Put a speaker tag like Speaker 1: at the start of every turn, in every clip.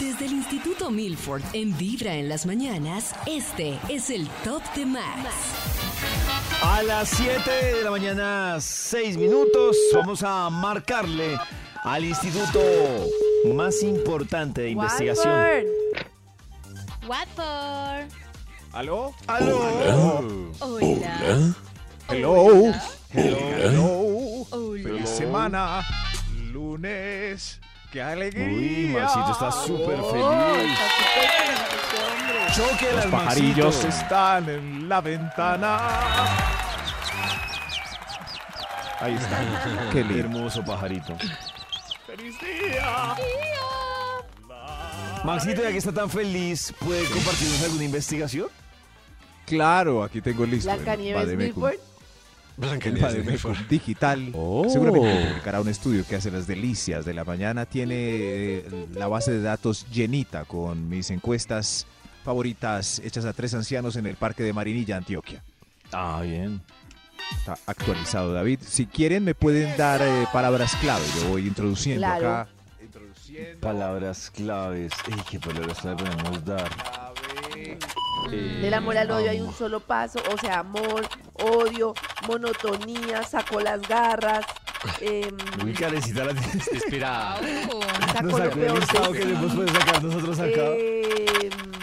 Speaker 1: Desde el Instituto Milford, en Vibra en las mañanas, este es el Top de Max.
Speaker 2: A las 7 de la mañana, 6 minutos, vamos a marcarle al instituto más importante de investigación.
Speaker 3: Watford.
Speaker 4: Watford.
Speaker 2: ¿Aló? ¿Aló?
Speaker 4: Hola.
Speaker 5: Hello. Hello.
Speaker 4: Hola.
Speaker 5: Feliz semana. Lunes. ¡Qué alegría!
Speaker 2: Uy, Maxito está súper feliz.
Speaker 5: Choque Los
Speaker 2: Maxito.
Speaker 5: pajarillos están en la ventana. Ahí está. Qué lindo.
Speaker 2: Hermoso pajarito.
Speaker 5: ¡Feliz día!
Speaker 2: Maxito, ya que está tan feliz, ¿puede compartirnos alguna investigación?
Speaker 6: Claro, aquí tengo listo.
Speaker 3: Blanca
Speaker 6: el
Speaker 3: Nieves
Speaker 6: Bademecum.
Speaker 3: Milford.
Speaker 6: El Bademecum digital.
Speaker 2: Oh.
Speaker 6: Seguramente publicará un estudio que hace las delicias de la mañana. Tiene eh, la base de datos llenita con mis encuestas favoritas hechas a tres ancianos en el parque de Marinilla, Antioquia.
Speaker 2: Ah, bien.
Speaker 6: Está actualizado, David. Si quieren, me pueden dar eh, palabras clave. Yo voy introduciendo
Speaker 3: Claro.
Speaker 6: acá.
Speaker 2: Palabras claves. Ey, ¿Qué palabras clave podemos dar?
Speaker 3: Del amor al odio hay un solo paso, o sea, amor, odio, monotonía, sacó las garras, em,
Speaker 2: Muy carecita la tienes.
Speaker 7: Inspirada.
Speaker 2: Nos
Speaker 3: sacó lo
Speaker 2: sacó el
Speaker 3: peor
Speaker 2: listado
Speaker 3: de
Speaker 2: que
Speaker 3: sí.
Speaker 2: le hemos podido sacar nosotros acá. Mm,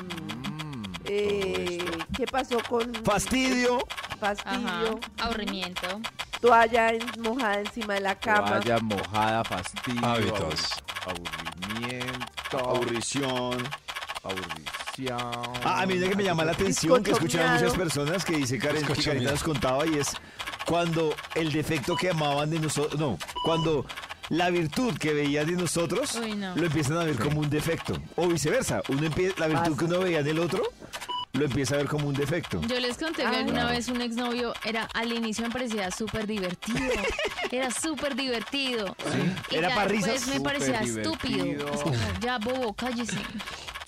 Speaker 3: Em, eh, ¿Qué pasó con
Speaker 2: Fastidio.
Speaker 3: fastidio?
Speaker 4: Ajá. Aburrimiento.
Speaker 3: Toalla en- mojada encima de la cama.
Speaker 6: Vaya mojada, fastidio.
Speaker 7: Hábitos.
Speaker 6: Aburrimiento.
Speaker 2: Aburrición.
Speaker 6: Aburrición.
Speaker 2: Ah, a mí lo que me llama la atención que escuchan
Speaker 3: Bizcocho
Speaker 2: muchas
Speaker 3: miado.
Speaker 2: personas que dice Karen, que
Speaker 7: Bizcocho
Speaker 2: Karina
Speaker 7: miado.
Speaker 2: nos contaba y es cuando el defecto que amaban de nosotros, no, cuando la virtud que veían de nosotros
Speaker 4: Uy, no.
Speaker 2: lo empiezan a ver como un defecto o viceversa, uno empie- la virtud
Speaker 3: Pasa.
Speaker 2: que uno veía del otro lo empieza a ver como un defecto.
Speaker 4: Yo les conté que
Speaker 3: Ay.
Speaker 4: alguna vez un exnovio era al inicio me parecía súper divertido. Era súper divertido. Y
Speaker 2: Era
Speaker 4: ya
Speaker 2: pa'
Speaker 4: después
Speaker 2: risas.
Speaker 4: me parecía
Speaker 5: Súper
Speaker 4: estúpido.
Speaker 5: divertido.
Speaker 4: Es como, ya bobo, cállese.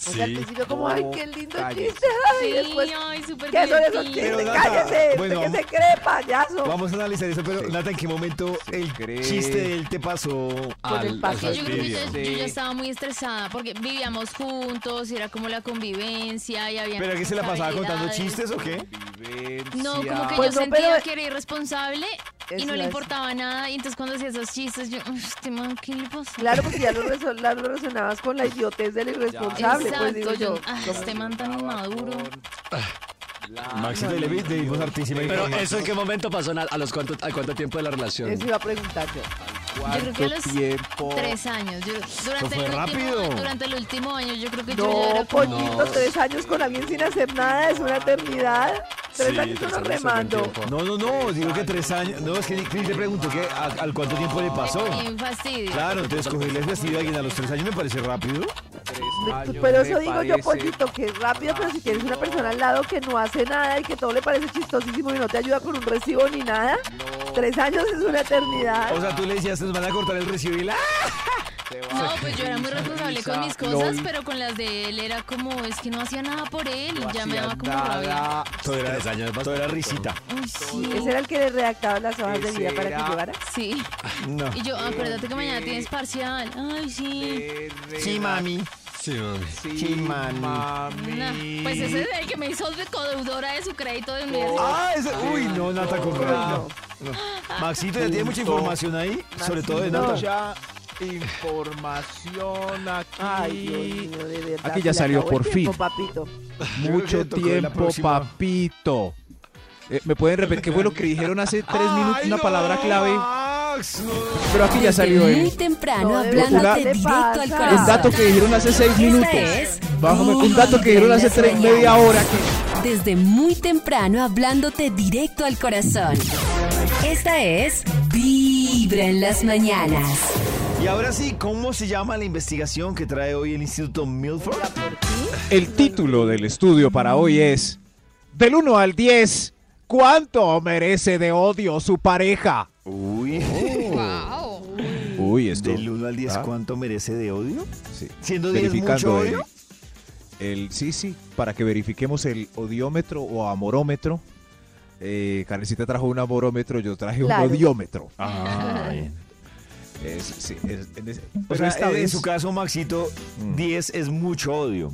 Speaker 3: O sea, al principio como, ay, qué lindo
Speaker 6: Cállese.
Speaker 3: chiste. Y
Speaker 4: Sí,
Speaker 3: después,
Speaker 4: ay, súper
Speaker 3: ¿qué son esos
Speaker 4: divertido.
Speaker 2: Pero
Speaker 3: chistes?
Speaker 2: nada,
Speaker 3: Cállese, ¿usted
Speaker 2: bueno,
Speaker 3: que
Speaker 2: vamos-
Speaker 3: se cree, payaso.
Speaker 2: Vamos a analizar eso, pero
Speaker 6: Se-
Speaker 2: Nata, ¿en qué momento
Speaker 6: se
Speaker 2: el
Speaker 6: cree.
Speaker 2: chiste de él te pasó?
Speaker 3: Con el
Speaker 4: Que yo creo que
Speaker 6: fastidio.
Speaker 4: ya- yo,
Speaker 6: Sí.
Speaker 4: ya estaba muy estresada porque vivíamos juntos y era como la convivencia y había.
Speaker 2: ¿Pero que se la pasaba contando chistes o qué?
Speaker 4: No,
Speaker 2: ah.
Speaker 4: como que
Speaker 3: Pues
Speaker 4: yo
Speaker 3: no,
Speaker 4: sentía
Speaker 3: pero-
Speaker 4: que era irresponsable y
Speaker 3: Eso
Speaker 4: no le
Speaker 3: es.
Speaker 4: importaba nada. Y entonces cuando hacía esos chistes, yo, "Uf, este man, ¿qué le pasa?
Speaker 3: Claro, porque ya lo, reso- la- lo resonabas con la idiotez del irresponsable,
Speaker 4: Exacto,
Speaker 3: pues digo yo.
Speaker 4: ah, este man tan inmaduro.
Speaker 2: Maxito, le le dimos hartísima
Speaker 7: Pero
Speaker 2: información.
Speaker 7: eso en qué momento pasó, Nat? ¿A los cuánto, a cuánto tiempo de la relación?
Speaker 3: Eso iba a preguntar yo.
Speaker 4: Yo creo que a los
Speaker 6: tiempo?
Speaker 4: tres años. Yo, durante,
Speaker 2: fue
Speaker 4: el
Speaker 2: rápido.
Speaker 4: Último, durante el último año, yo creo que yo ya
Speaker 3: No, pues,
Speaker 4: era como.
Speaker 3: pollito, tres años con alguien sin hacer nada es una eternidad. Tres años uno remando.
Speaker 2: No, no, no, digo que tres años. No, es que ni, ni te pregunto que a- al cuánto tiempo le pasó.
Speaker 4: Bien fastidio.
Speaker 2: Claro, entonces cogerle el vestido a alguien a los tres años me parece rápido.
Speaker 3: Pero eso digo yo, pollito, que es rápido, pero si tienes una persona al lado que no hace nada y que todo le parece chistosísimo y no te ayuda con un recibo ni nada, tres años es una eternidad.
Speaker 2: O sea, tú le decías, nos van a cortar el recibo y la...
Speaker 4: No, pues yo era muy responsable con mis cosas, pero con las de él era como, es que no hacía nada por él y ya me daba como rabia.
Speaker 2: Todo era,
Speaker 7: Tres años es
Speaker 2: todo era risita.
Speaker 4: Uy, sí.
Speaker 3: Ese era el que le redactaba las hojas de
Speaker 6: Ese
Speaker 3: vida para que
Speaker 6: era-
Speaker 3: llevara.
Speaker 4: Sí.
Speaker 2: No.
Speaker 4: Y yo, acuérdate que mañana tienes parcial. Ay, sí.
Speaker 2: Sí, mami.
Speaker 7: Sí, mami.
Speaker 2: Sí, mami.
Speaker 4: Nah, Pues ese es el que me hizo de codeudora de su crédito de universidad.
Speaker 2: Ah, ese... Uy, no, Nata, con razón. No. Maxito, ya tiene mucha información ahí, sobre todo de Nata.
Speaker 5: Mucha información aquí.
Speaker 3: Ay, Dios mío, de verdad.
Speaker 6: Aquí
Speaker 3: se
Speaker 6: ya
Speaker 3: le
Speaker 6: salió
Speaker 3: acabó el
Speaker 6: por
Speaker 3: tiempo,
Speaker 6: fin.
Speaker 3: papito.
Speaker 6: Mucho
Speaker 2: tocó la
Speaker 6: tiempo,
Speaker 2: próxima.
Speaker 6: papito. Eh, ¿Me pueden repetir qué fue lo que dijeron hace tres minutos?
Speaker 2: Ay,
Speaker 6: Una
Speaker 2: no,
Speaker 6: palabra clave.
Speaker 2: Max, no.
Speaker 6: Pero aquí ya
Speaker 1: Desde
Speaker 6: salió
Speaker 1: Muy
Speaker 6: él.
Speaker 1: temprano,
Speaker 3: No, de
Speaker 6: verdad,
Speaker 1: hablándote
Speaker 3: ¿qué
Speaker 1: directo
Speaker 3: pasa?
Speaker 1: al
Speaker 3: Un
Speaker 1: corazón.
Speaker 6: Un dato que dijeron hace seis minutos.
Speaker 1: Esta Este es
Speaker 6: Bájame un
Speaker 1: Vibra
Speaker 6: dato que dijeron hace
Speaker 1: en las
Speaker 6: tres, media
Speaker 1: mañanas.
Speaker 6: hora. que-
Speaker 1: Desde muy temprano, hablándote directo al corazón. Esta es Vibra en las mañanas.
Speaker 2: Y ahora sí, ¿cómo se llama la investigación que trae hoy el Instituto Milford?
Speaker 6: El título del estudio para hoy es Del 1 al 10, ¿Cuánto merece de odio su pareja?
Speaker 2: Uy.
Speaker 4: Oh, Wow.
Speaker 6: Uy, esto.
Speaker 2: Del 1 al 10,
Speaker 6: Ah.
Speaker 2: ¿cuánto merece de odio?
Speaker 6: Sí.
Speaker 2: Siendo 10 mucho
Speaker 6: Verificando eh. el,
Speaker 2: odio.
Speaker 6: el- Sí, sí, para que verifiquemos el odiómetro o amorómetro. Eh, Karencita trajo un amorómetro, yo traje
Speaker 3: Claro.
Speaker 6: un odiómetro.
Speaker 2: Ah, bien.
Speaker 6: Es- sí, es- en ese-
Speaker 2: O
Speaker 6: pero
Speaker 2: sea,
Speaker 6: esta
Speaker 2: en
Speaker 6: vez-
Speaker 2: su caso, Maxito,
Speaker 6: Mm.
Speaker 2: 10 es mucho odio.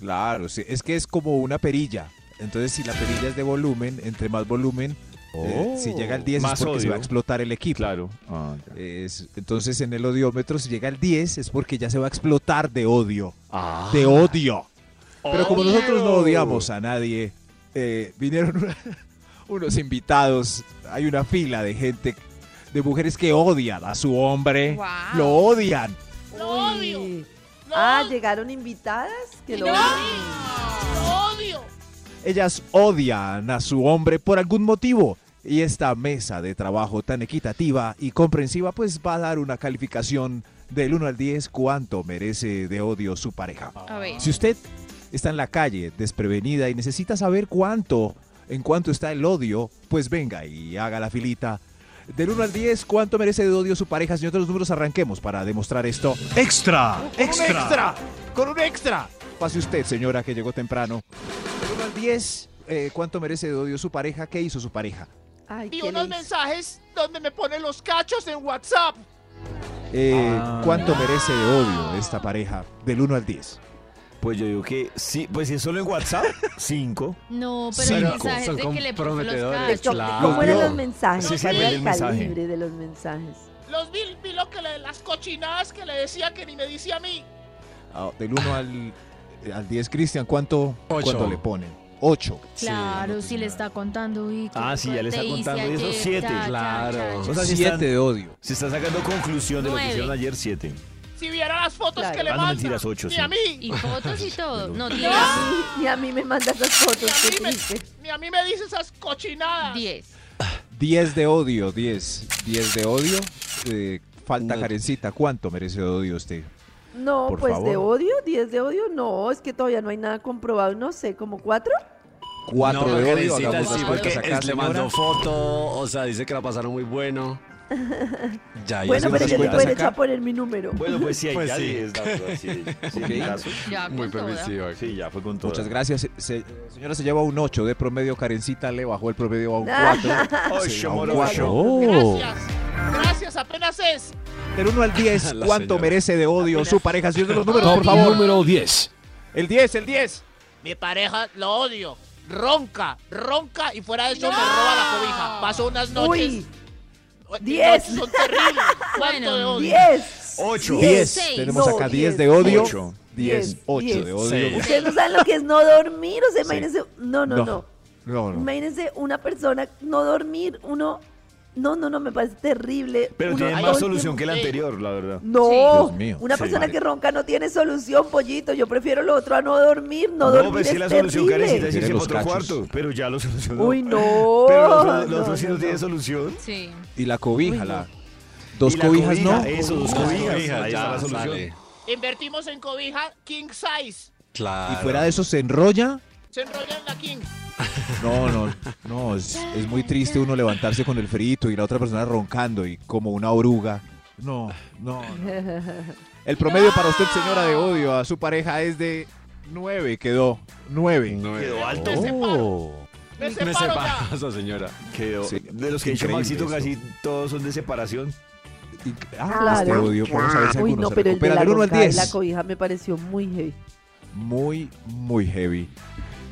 Speaker 6: Claro, sí, es que es como una perilla. Entonces, si la perilla es de volumen, entre más volumen, eh,
Speaker 2: Oh.
Speaker 6: si llega al 10 es
Speaker 2: Más
Speaker 6: porque se
Speaker 2: odio.
Speaker 6: va a explotar el equipo. Es- entonces, en el odiómetro, si llega al 10 es porque ya se va a explotar de odio.
Speaker 2: Ah.
Speaker 6: De odio. Pero como nosotros no odiamos a nadie, eh, vinieron una- unos invitados. Hay una fila de gente, de mujeres que odian a su hombre.
Speaker 4: Wow.
Speaker 6: Lo odian.
Speaker 8: Lo odio.
Speaker 3: Uy.
Speaker 8: Lo
Speaker 3: Ah,
Speaker 8: odio.
Speaker 3: llegaron invitadas. Que lo...
Speaker 8: No. Lo odio.
Speaker 6: Ellas odian a su hombre por algún motivo. Y esta mesa de trabajo tan equitativa y comprensiva pues va a dar una calificación del 1 al 10 cuánto merece de odio su pareja.
Speaker 4: A ver.
Speaker 6: Si usted está en la calle desprevenida y necesita saber cuánto, en cuánto está el odio, pues venga y haga la filita. Del 1 al 10, ¿cuánto merece de odio su pareja? Señor de los números, arranquemos para demostrar esto.
Speaker 5: Extra,
Speaker 6: ¡Con un extra! ¡Con un extra! Pase usted, señora, que llegó temprano. Del 1 al 10, eh, ¿cuánto merece de odio su pareja? ¿Qué hizo su pareja?
Speaker 3: Ay,
Speaker 8: Vi
Speaker 3: ¿qué
Speaker 8: unos
Speaker 3: le hizo?
Speaker 8: mensajes donde me ponen los cachos en WhatsApp.
Speaker 6: Eh,
Speaker 2: Ah.
Speaker 6: ¿Cuánto merece de odio esta pareja? Del 1 al 10.
Speaker 2: Pues yo digo que sí, pues si es solo en WhatsApp, 5.
Speaker 4: No, pero
Speaker 7: Cinco.
Speaker 4: el mensaje es
Speaker 7: Son
Speaker 4: de que le puso los
Speaker 7: comprometedores,
Speaker 4: cachos.
Speaker 7: claro.
Speaker 3: Pues, ¿Cómo eran
Speaker 6: Lo-
Speaker 3: los mensajes?
Speaker 2: Sí, sí,
Speaker 3: ¿Cuál era
Speaker 2: depende
Speaker 3: el
Speaker 2: del mensaje.
Speaker 3: calibre de los mensajes?
Speaker 8: Los vi, vi lo que le, las cochinadas que le decía que ni me dice a mí.
Speaker 6: Ah, del 1 al, eh, al 10, Cristian, ¿cuánto,
Speaker 7: Ocho.
Speaker 6: ¿cuánto le ponen? 8.
Speaker 4: Claro, si le está contando y
Speaker 2: Ah, sí, ya le está
Speaker 4: te hice
Speaker 2: contando, y eso,
Speaker 4: ayer,
Speaker 2: siete.
Speaker 4: cha, cha,
Speaker 7: Claro.
Speaker 4: cha, cha.
Speaker 2: O sea, si
Speaker 6: Siete
Speaker 2: están-
Speaker 6: de odio.
Speaker 2: Se está sacando conclusión de lo que
Speaker 4: Nueve.
Speaker 2: hicieron ayer, 7.
Speaker 8: Si viera las fotos
Speaker 3: Claro.
Speaker 8: que le
Speaker 2: Ah, no,
Speaker 8: manda.
Speaker 2: mentiras, ocho,
Speaker 8: ni
Speaker 2: sí.
Speaker 8: a mí.
Speaker 4: Y fotos y todo. No,
Speaker 3: Ni
Speaker 4: 10.
Speaker 3: a mí- Ni a mí me mandas las fotos, qué
Speaker 8: Ni a mí
Speaker 3: triste.
Speaker 8: me, ni a mí me dice esas cochinadas.
Speaker 4: 10.
Speaker 6: 10 de odio, 10. 10 de odio. Eh, falta
Speaker 7: No.
Speaker 6: carencita. ¿Cuánto merece de odio usted?
Speaker 3: No,
Speaker 6: Por
Speaker 3: pues de
Speaker 6: favor.
Speaker 3: odio, 10 de odio, no, es que todavía no hay nada comprobado, no sé, como cuatro.
Speaker 6: 4
Speaker 7: no,
Speaker 6: de odio.
Speaker 7: Karencita,
Speaker 6: Hagamos
Speaker 7: sí,
Speaker 6: las
Speaker 7: porque
Speaker 6: cuentas acá,
Speaker 7: es- le mandó
Speaker 6: señora.
Speaker 7: foto, o sea, dice que la pasaron muy bueno. Ya, y
Speaker 3: Bueno,
Speaker 6: hacemos las
Speaker 3: pero yo tengo
Speaker 6: cuentas
Speaker 3: derecho
Speaker 6: acá.
Speaker 3: a poner mi número.
Speaker 2: Bueno, pues sí, ahí
Speaker 7: Pues
Speaker 2: ya
Speaker 7: sí.
Speaker 2: 10. la verdad, sí, sí, en mi
Speaker 6: Ok.
Speaker 2: caso.
Speaker 4: Ya,
Speaker 7: Muy
Speaker 4: con toda.
Speaker 7: permisiva.
Speaker 2: Sí, ya fue con todo.
Speaker 6: Muchas gracias. Se- se- señora se lleva un 8 de promedio. Karencita le bajó el promedio a un 4.
Speaker 2: Ocho, moro,
Speaker 8: Gracias. Gracias, apenas es.
Speaker 6: Del 1 al 10,
Speaker 7: La
Speaker 6: ¿cuánto
Speaker 7: señora.
Speaker 6: merece de odio su pareja? Señor de los números, por favor.
Speaker 7: Número 10.
Speaker 6: El 10, el 10.
Speaker 8: Mi pareja lo odio. Ronca, ronca y fuera de eso me roba la cobija. Paso unas noches.
Speaker 3: Uy,
Speaker 8: Mis
Speaker 3: diez.
Speaker 8: noches Son terribles. ¿Cuánto de odio?
Speaker 3: 10.
Speaker 2: 8.
Speaker 3: Diez.
Speaker 6: 10.
Speaker 4: Seis.
Speaker 6: Tenemos
Speaker 3: No,
Speaker 6: acá 10
Speaker 3: diez.
Speaker 6: de odio.
Speaker 2: Ocho.
Speaker 6: 10,
Speaker 3: Diez,
Speaker 6: 8 de
Speaker 3: diez.
Speaker 6: odio.
Speaker 7: Seis.
Speaker 3: Ustedes no saben lo que es no dormir, o sea,
Speaker 6: Sí.
Speaker 3: imagínense, no, no,
Speaker 6: No.
Speaker 3: no,
Speaker 6: No, no.
Speaker 3: Imagínense una persona no dormir, uno, no, no, no, me parece terrible.
Speaker 2: Pero
Speaker 3: Uno
Speaker 2: tiene
Speaker 3: todo
Speaker 2: más
Speaker 3: el
Speaker 2: solución
Speaker 3: tiempo-
Speaker 2: que la anterior, la verdad.
Speaker 3: No,
Speaker 6: Dios mío.
Speaker 3: una
Speaker 2: Sí,
Speaker 3: persona
Speaker 2: vale.
Speaker 3: que ronca no tiene solución, pollito. Yo prefiero lo otro a no dormir, no,
Speaker 2: pero
Speaker 3: dormir
Speaker 2: es
Speaker 3: es,
Speaker 2: que pues, la solución, Karencita,
Speaker 3: terrible.
Speaker 2: es irse para
Speaker 6: Tiene los
Speaker 2: otro
Speaker 6: cachos.
Speaker 2: cuarto. Pero ya lo solucionó.
Speaker 3: Uy, no.
Speaker 2: Pero los, los
Speaker 3: no,
Speaker 2: otros sí no,
Speaker 3: no,
Speaker 2: tienen
Speaker 3: no.
Speaker 2: solución.
Speaker 4: Sí.
Speaker 6: Y la cobija,
Speaker 3: Uy, no.
Speaker 6: la. Dos
Speaker 2: Y la
Speaker 6: cobijas,
Speaker 2: cobija,
Speaker 6: ¿no?
Speaker 2: Eso, dos
Speaker 7: Las
Speaker 2: cobijas.
Speaker 7: cobijas,
Speaker 2: Ahí está
Speaker 7: ya
Speaker 2: la solución.
Speaker 7: sale.
Speaker 8: Invertimos en cobija king size.
Speaker 7: Claro.
Speaker 6: Y fuera de eso se enrolla.
Speaker 8: Se enrolla en la king.
Speaker 6: No, no, no, es, es muy triste uno levantarse con el frito y la otra persona roncando y como una oruga. No, no. no. El promedio para usted, señora, de odio a su pareja es de 9, quedó 9.
Speaker 7: No,
Speaker 2: Quedó
Speaker 7: eh.
Speaker 2: alto.
Speaker 6: Oh,
Speaker 8: Me separo. Me
Speaker 7: Me
Speaker 8: separo ya.
Speaker 7: separo esa señora.
Speaker 2: Quedó-
Speaker 6: Sí,
Speaker 2: de los que he dicho
Speaker 6: increíble
Speaker 2: Maxito,
Speaker 6: eso.
Speaker 2: casi todos son de separación.
Speaker 6: Y- ah,
Speaker 3: Claro.
Speaker 6: este odio, vamos a ver si
Speaker 3: Uy,
Speaker 6: alguno
Speaker 3: no,
Speaker 6: se
Speaker 3: pero el de
Speaker 6: recupera
Speaker 3: la
Speaker 6: del 1 al
Speaker 3: roncada y la
Speaker 6: 10.
Speaker 3: cobija me pareció muy heavy.
Speaker 6: Muy, muy heavy.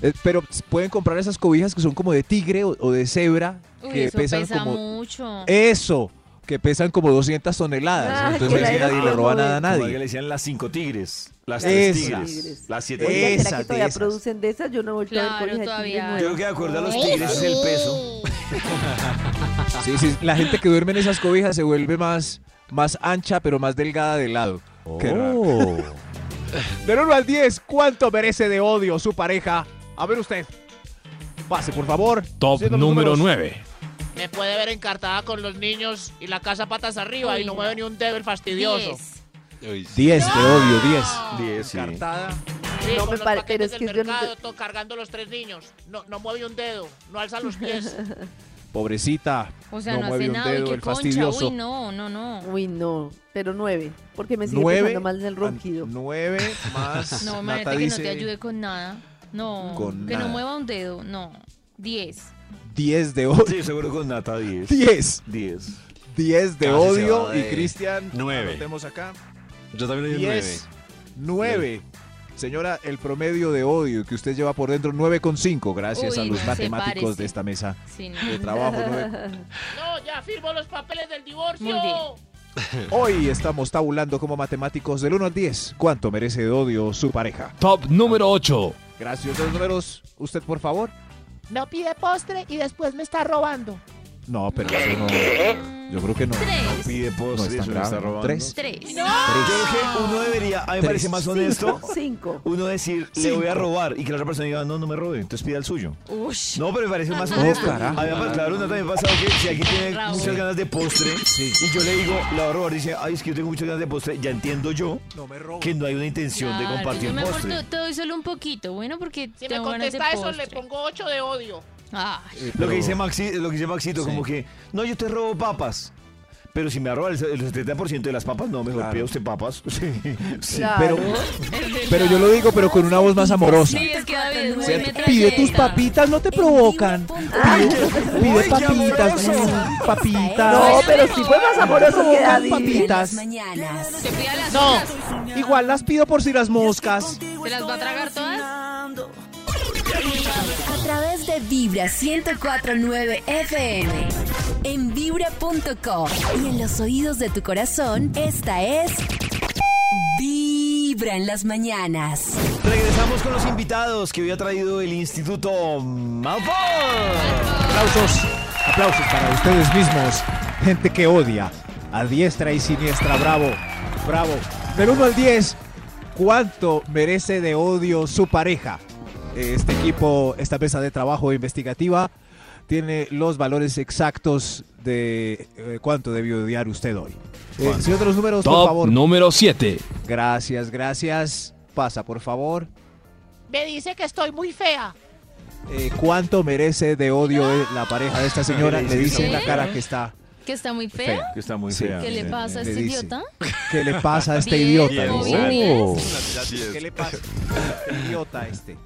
Speaker 6: Eh, Pero pueden comprar esas cobijas que son como de tigre o, o de cebra,
Speaker 4: Uy,
Speaker 6: que
Speaker 4: eso
Speaker 6: pesan
Speaker 4: pesa
Speaker 6: como
Speaker 4: mucho.
Speaker 6: Eso, que pesan como 200 toneladas.
Speaker 3: Ah,
Speaker 6: Entonces
Speaker 3: que
Speaker 6: ahí
Speaker 3: la
Speaker 6: nadie le
Speaker 3: aeropuerto.
Speaker 6: roba nada a
Speaker 2: Como que le
Speaker 6: nadie.
Speaker 2: decían las cinco tigres, las tres
Speaker 6: Esas.
Speaker 2: tigres, las siete
Speaker 3: Oiga,
Speaker 2: tigres.
Speaker 6: Esas,
Speaker 3: ¿será que
Speaker 6: de
Speaker 3: todavía
Speaker 6: esas.
Speaker 3: producen de esas? Yo no he vuelto a
Speaker 4: Claro,
Speaker 3: ver cobija de tigre
Speaker 4: todavía hay.
Speaker 3: nueva.
Speaker 2: Yo creo que de acuerdo a los tigres es el peso.
Speaker 6: Sí, sí, la gente que duerme en esas cobijas se vuelve más, más ancha, pero más delgada de lado. Qué raro. Oh. Del 1 al 10, ¿cuánto merece de odio su pareja? A ver usted. Pase, por favor.
Speaker 5: Top
Speaker 6: Siendo los
Speaker 5: número
Speaker 6: números.
Speaker 5: 9.
Speaker 8: Me puede ver encartada con los niños y la casa patas arriba
Speaker 4: Uy,
Speaker 8: y no
Speaker 4: no.
Speaker 8: mueve ni un dedo el fastidioso.
Speaker 4: Diez.
Speaker 7: Uy, sí.
Speaker 6: 10 de odio, 10.
Speaker 2: Diez, sí.
Speaker 6: Cartada.
Speaker 8: Sí,
Speaker 3: No
Speaker 8: con
Speaker 3: me
Speaker 8: los
Speaker 3: pare-
Speaker 8: paquetes
Speaker 3: pero es
Speaker 8: del
Speaker 3: que es de un-
Speaker 8: mercado, todo cargando los tres niños. No, no mueve un dedo, no alza los pies.
Speaker 6: Pobrecita.
Speaker 4: O sea,
Speaker 6: no,
Speaker 4: no, hace
Speaker 6: mueve un
Speaker 4: nada.
Speaker 6: dedo,
Speaker 4: y
Speaker 6: el
Speaker 4: qué concha.
Speaker 6: fastidioso.
Speaker 4: Uy, no, no, no.
Speaker 3: Uy, no, pero nueve, porque me sigue
Speaker 6: Nueve,
Speaker 3: pensando mal en el ronquido.
Speaker 6: Nueve más.
Speaker 4: No,
Speaker 6: Nata
Speaker 4: imagínate que no
Speaker 6: dice
Speaker 4: te ayude con nada. No.
Speaker 6: Con
Speaker 4: que
Speaker 6: nada.
Speaker 4: no mueva un dedo. No. Diez.
Speaker 6: 10 de odio.
Speaker 2: Sí, seguro con Nata 10.
Speaker 6: 10.
Speaker 2: 10.
Speaker 7: Casi
Speaker 6: 10 de
Speaker 7: se
Speaker 6: odio.
Speaker 7: va de
Speaker 6: Y Cristian.
Speaker 7: nueve.
Speaker 6: Anotemos acá.
Speaker 7: Yo también le di
Speaker 6: 10. 9. Señora, el promedio de odio que usted lleva por dentro, 9,5. Gracias
Speaker 4: Uy,
Speaker 6: a los
Speaker 4: no,
Speaker 6: matemáticos
Speaker 4: sepárese.
Speaker 6: de esta mesa
Speaker 4: Sí, no.
Speaker 6: de trabajo. nueve.
Speaker 8: No, ya firmo los papeles del divorcio.
Speaker 4: Muy bien.
Speaker 6: Hoy estamos tabulando como matemáticos del 1 al 10. ¿Cuánto merece de odio su pareja?
Speaker 9: Top número 8.
Speaker 6: Gracias, los números. Usted, por favor.
Speaker 8: No pide postre y después me está robando.
Speaker 6: No, pero eso no. Yo creo que no.
Speaker 4: Tres.
Speaker 2: Pide
Speaker 6: No
Speaker 2: postres,
Speaker 6: es
Speaker 2: no
Speaker 6: tan
Speaker 2: está
Speaker 6: grave.
Speaker 2: robando.
Speaker 6: Tres.
Speaker 4: Tres.
Speaker 2: Yo creo que uno debería, a mí me parece más honesto,
Speaker 3: Cinco, cinco.
Speaker 2: uno decir, le voy a robar, y que la otra persona diga, no, no me robe, entonces pida el suyo.
Speaker 4: Ush.
Speaker 2: No, pero me parece más
Speaker 6: No,
Speaker 2: honesto.
Speaker 6: carajo.
Speaker 2: A mí me ha- claro, Nata, me ha pasado que si alguien tiene
Speaker 4: Bravo.
Speaker 2: muchas ganas de postre, y yo le digo, la va a robar, dice, ay, es que yo tengo muchas ganas de postre, ya entiendo yo
Speaker 6: No me robo.
Speaker 2: que no hay una intención de
Speaker 4: Claro,
Speaker 2: compartir
Speaker 4: yo me
Speaker 2: postre.
Speaker 4: porto- te doy solo un poquito, bueno, porque
Speaker 8: Si me
Speaker 4: tengo ganas de
Speaker 8: contesta eso, le
Speaker 4: postre. Ah,
Speaker 8: pongo 8 de odio.
Speaker 4: Ay,
Speaker 2: Lo que dice Maxi, lo que dice Maxito,
Speaker 6: Sí.
Speaker 2: como que, no, yo te robo papas. Pero si me roba el el 70% de las papas, no, mejor
Speaker 6: Claro.
Speaker 2: pida usted papas. Sí, sí.
Speaker 3: Claro.
Speaker 6: Pero yo lo digo, pero con una voz más amorosa.
Speaker 4: sí, es que David, muy
Speaker 6: ¿Cierto?
Speaker 4: metralleta.
Speaker 9: Pide tus papitas, no te provocan. Pide, pide
Speaker 2: Ay, qué
Speaker 9: papitas,
Speaker 2: amoroso.
Speaker 9: mm, papitas.
Speaker 3: No, pero sí fue más amoroso que
Speaker 9: Provocan
Speaker 3: David.
Speaker 9: papitas.
Speaker 1: mañanas.
Speaker 4: Te pida las
Speaker 8: No.
Speaker 4: otras,
Speaker 9: Igual las pido por si las moscas.
Speaker 4: ¿Se las va a tragar todas?
Speaker 1: A través de Vibra 1049 FM. En vibra.com. Y en los oídos de tu corazón, esta es. Vibra en las mañanas.
Speaker 2: Regresamos con los invitados que hoy ha traído el Instituto Malfoy.
Speaker 6: Aplausos, aplausos para ustedes mismos. Gente que odia a diestra y siniestra. Bravo, bravo. Del 1 al 10, ¿cuánto merece de odio su pareja? Este equipo, esta mesa de trabajo investigativa, tiene los valores exactos de eh, cuánto debió odiar usted hoy. Eh, señor de los números, por
Speaker 9: Top
Speaker 6: favor.
Speaker 9: número 7.
Speaker 6: Gracias, gracias. Pasa, por favor.
Speaker 8: Me dice que estoy muy fea.
Speaker 6: Eh, ¿Cuánto merece de odio eh, la pareja de esta señora? Le dice en la cara que está.
Speaker 4: ¿Que está muy
Speaker 7: Eh,
Speaker 4: fea?
Speaker 2: Que está muy
Speaker 6: Sí.
Speaker 2: fea.
Speaker 4: ¿Qué le pasa a
Speaker 6: le
Speaker 4: este
Speaker 6: dice.
Speaker 4: idiota?
Speaker 6: ¿Qué le pasa a este
Speaker 4: Bien,
Speaker 6: idiota?
Speaker 4: bien,
Speaker 6: Dice.
Speaker 7: Oh.
Speaker 4: bien, bien.
Speaker 6: ¿Qué le pasa? Este idiota este.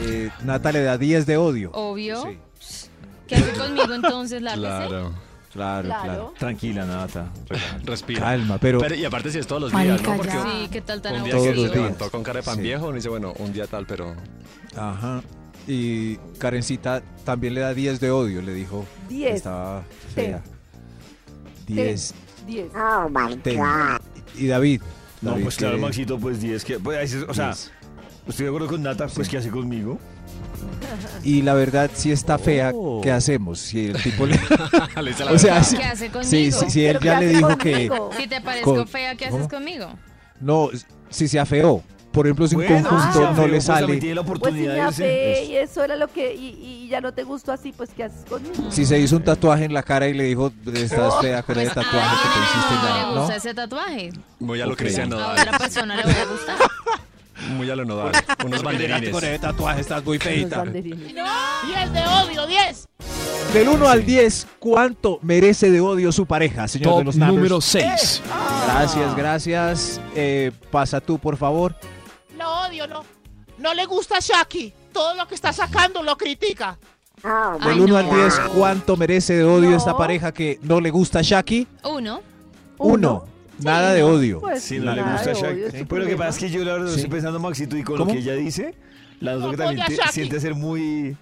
Speaker 6: Eh, Nata le da 10 de odio.
Speaker 4: Obvio.
Speaker 6: Sí.
Speaker 4: ¿Qué hace conmigo entonces, la
Speaker 7: Claro.
Speaker 6: Claro,
Speaker 3: Claro.
Speaker 2: Tranquila, Nata.
Speaker 7: Respira.
Speaker 6: Calma, pero
Speaker 7: Pero, y aparte si es todos los días, ¿no? Porque
Speaker 4: Sí, ¿qué tal tan
Speaker 7: un día que
Speaker 6: Todos
Speaker 4: aburrido?
Speaker 7: se
Speaker 6: los días.
Speaker 7: levantó con cara de pan
Speaker 6: Sí.
Speaker 7: viejo, uno dice, bueno, un día tal, pero...
Speaker 6: ajá. Y Karencita también le da 10 de odio, le dijo.
Speaker 3: Diez.
Speaker 6: Estaba fea. 10
Speaker 3: Diez.
Speaker 6: ten. Y David.
Speaker 2: No,
Speaker 6: David,
Speaker 2: pues claro,
Speaker 6: ¿qué-
Speaker 2: Maxito, pues 10. Que, pues, ahí sí, o sea,
Speaker 6: Diez.
Speaker 2: estoy de acuerdo con Nata, pues ¿qué hace conmigo?
Speaker 6: Y la verdad, si está fea, ¿qué hacemos? Si el tipo le...
Speaker 7: le dice la
Speaker 6: o sea,
Speaker 7: verdad.
Speaker 6: si,
Speaker 4: ¿Qué hace conmigo?
Speaker 6: si- si- si él
Speaker 3: Pero ¿qué
Speaker 6: ya le
Speaker 3: hace
Speaker 6: dijo que...
Speaker 3: conmigo?
Speaker 4: Si te parezco
Speaker 6: Con-
Speaker 4: fea, ¿qué
Speaker 6: ¿Cómo?
Speaker 4: haces conmigo?
Speaker 6: No, si se afeó. Por ejemplo, si un
Speaker 2: Bueno,
Speaker 6: conjunto
Speaker 2: ah,
Speaker 6: no le
Speaker 2: pues, también
Speaker 6: sale.
Speaker 2: tiene la
Speaker 3: Pues si
Speaker 2: oportunidad
Speaker 3: me
Speaker 2: de irse.
Speaker 3: apé y eso era lo que. Y, y ya no te gustó así, pues ¿qué haces conmigo?
Speaker 6: Si se hizo un tatuaje en la cara y le dijo, estás fea con ese tatuaje que te hiciste en
Speaker 4: ah, no,
Speaker 6: la-",
Speaker 4: le
Speaker 6: ¿no?
Speaker 4: gusta ese tatuaje.
Speaker 7: Muy a lo
Speaker 6: Ok.
Speaker 7: Cristiano
Speaker 4: A
Speaker 7: Nodal.
Speaker 4: otra persona le va a gustar.
Speaker 7: Muy a lo Nodal. Unos banderines.
Speaker 6: ese tatuaje estás muy
Speaker 3: Los banderines.
Speaker 8: 10 de odio, 10.
Speaker 6: Del 1 al 10, ¿cuánto merece de odio su pareja, señor de
Speaker 9: Top
Speaker 6: los numbers?
Speaker 9: número 6.
Speaker 6: Gracias, gracias. Eh, pasa tú, por favor.
Speaker 8: No odio, no. No le gusta a Shaki. Todo lo que está sacando lo critica.
Speaker 4: Ay,
Speaker 6: Del 1
Speaker 4: no.
Speaker 6: al 10, ¿cuánto merece de odio
Speaker 3: No.
Speaker 6: esta pareja que no le gusta a Shaki?
Speaker 4: Uno.
Speaker 6: 1. Nada de odio.
Speaker 3: Pues
Speaker 2: Si no le
Speaker 3: nada
Speaker 2: gusta
Speaker 3: de
Speaker 2: a Shak.
Speaker 3: odio, es tu
Speaker 2: Pero lo que
Speaker 3: problema.
Speaker 2: pasa es que yo la verdad
Speaker 6: Sí.
Speaker 2: estoy pensando, Maxito, y con
Speaker 6: ¿Cómo?
Speaker 2: lo que ella dice, la
Speaker 8: No,
Speaker 2: verdad que
Speaker 8: odia
Speaker 2: también
Speaker 8: a
Speaker 2: te-
Speaker 8: Shaki.
Speaker 2: siente ser muy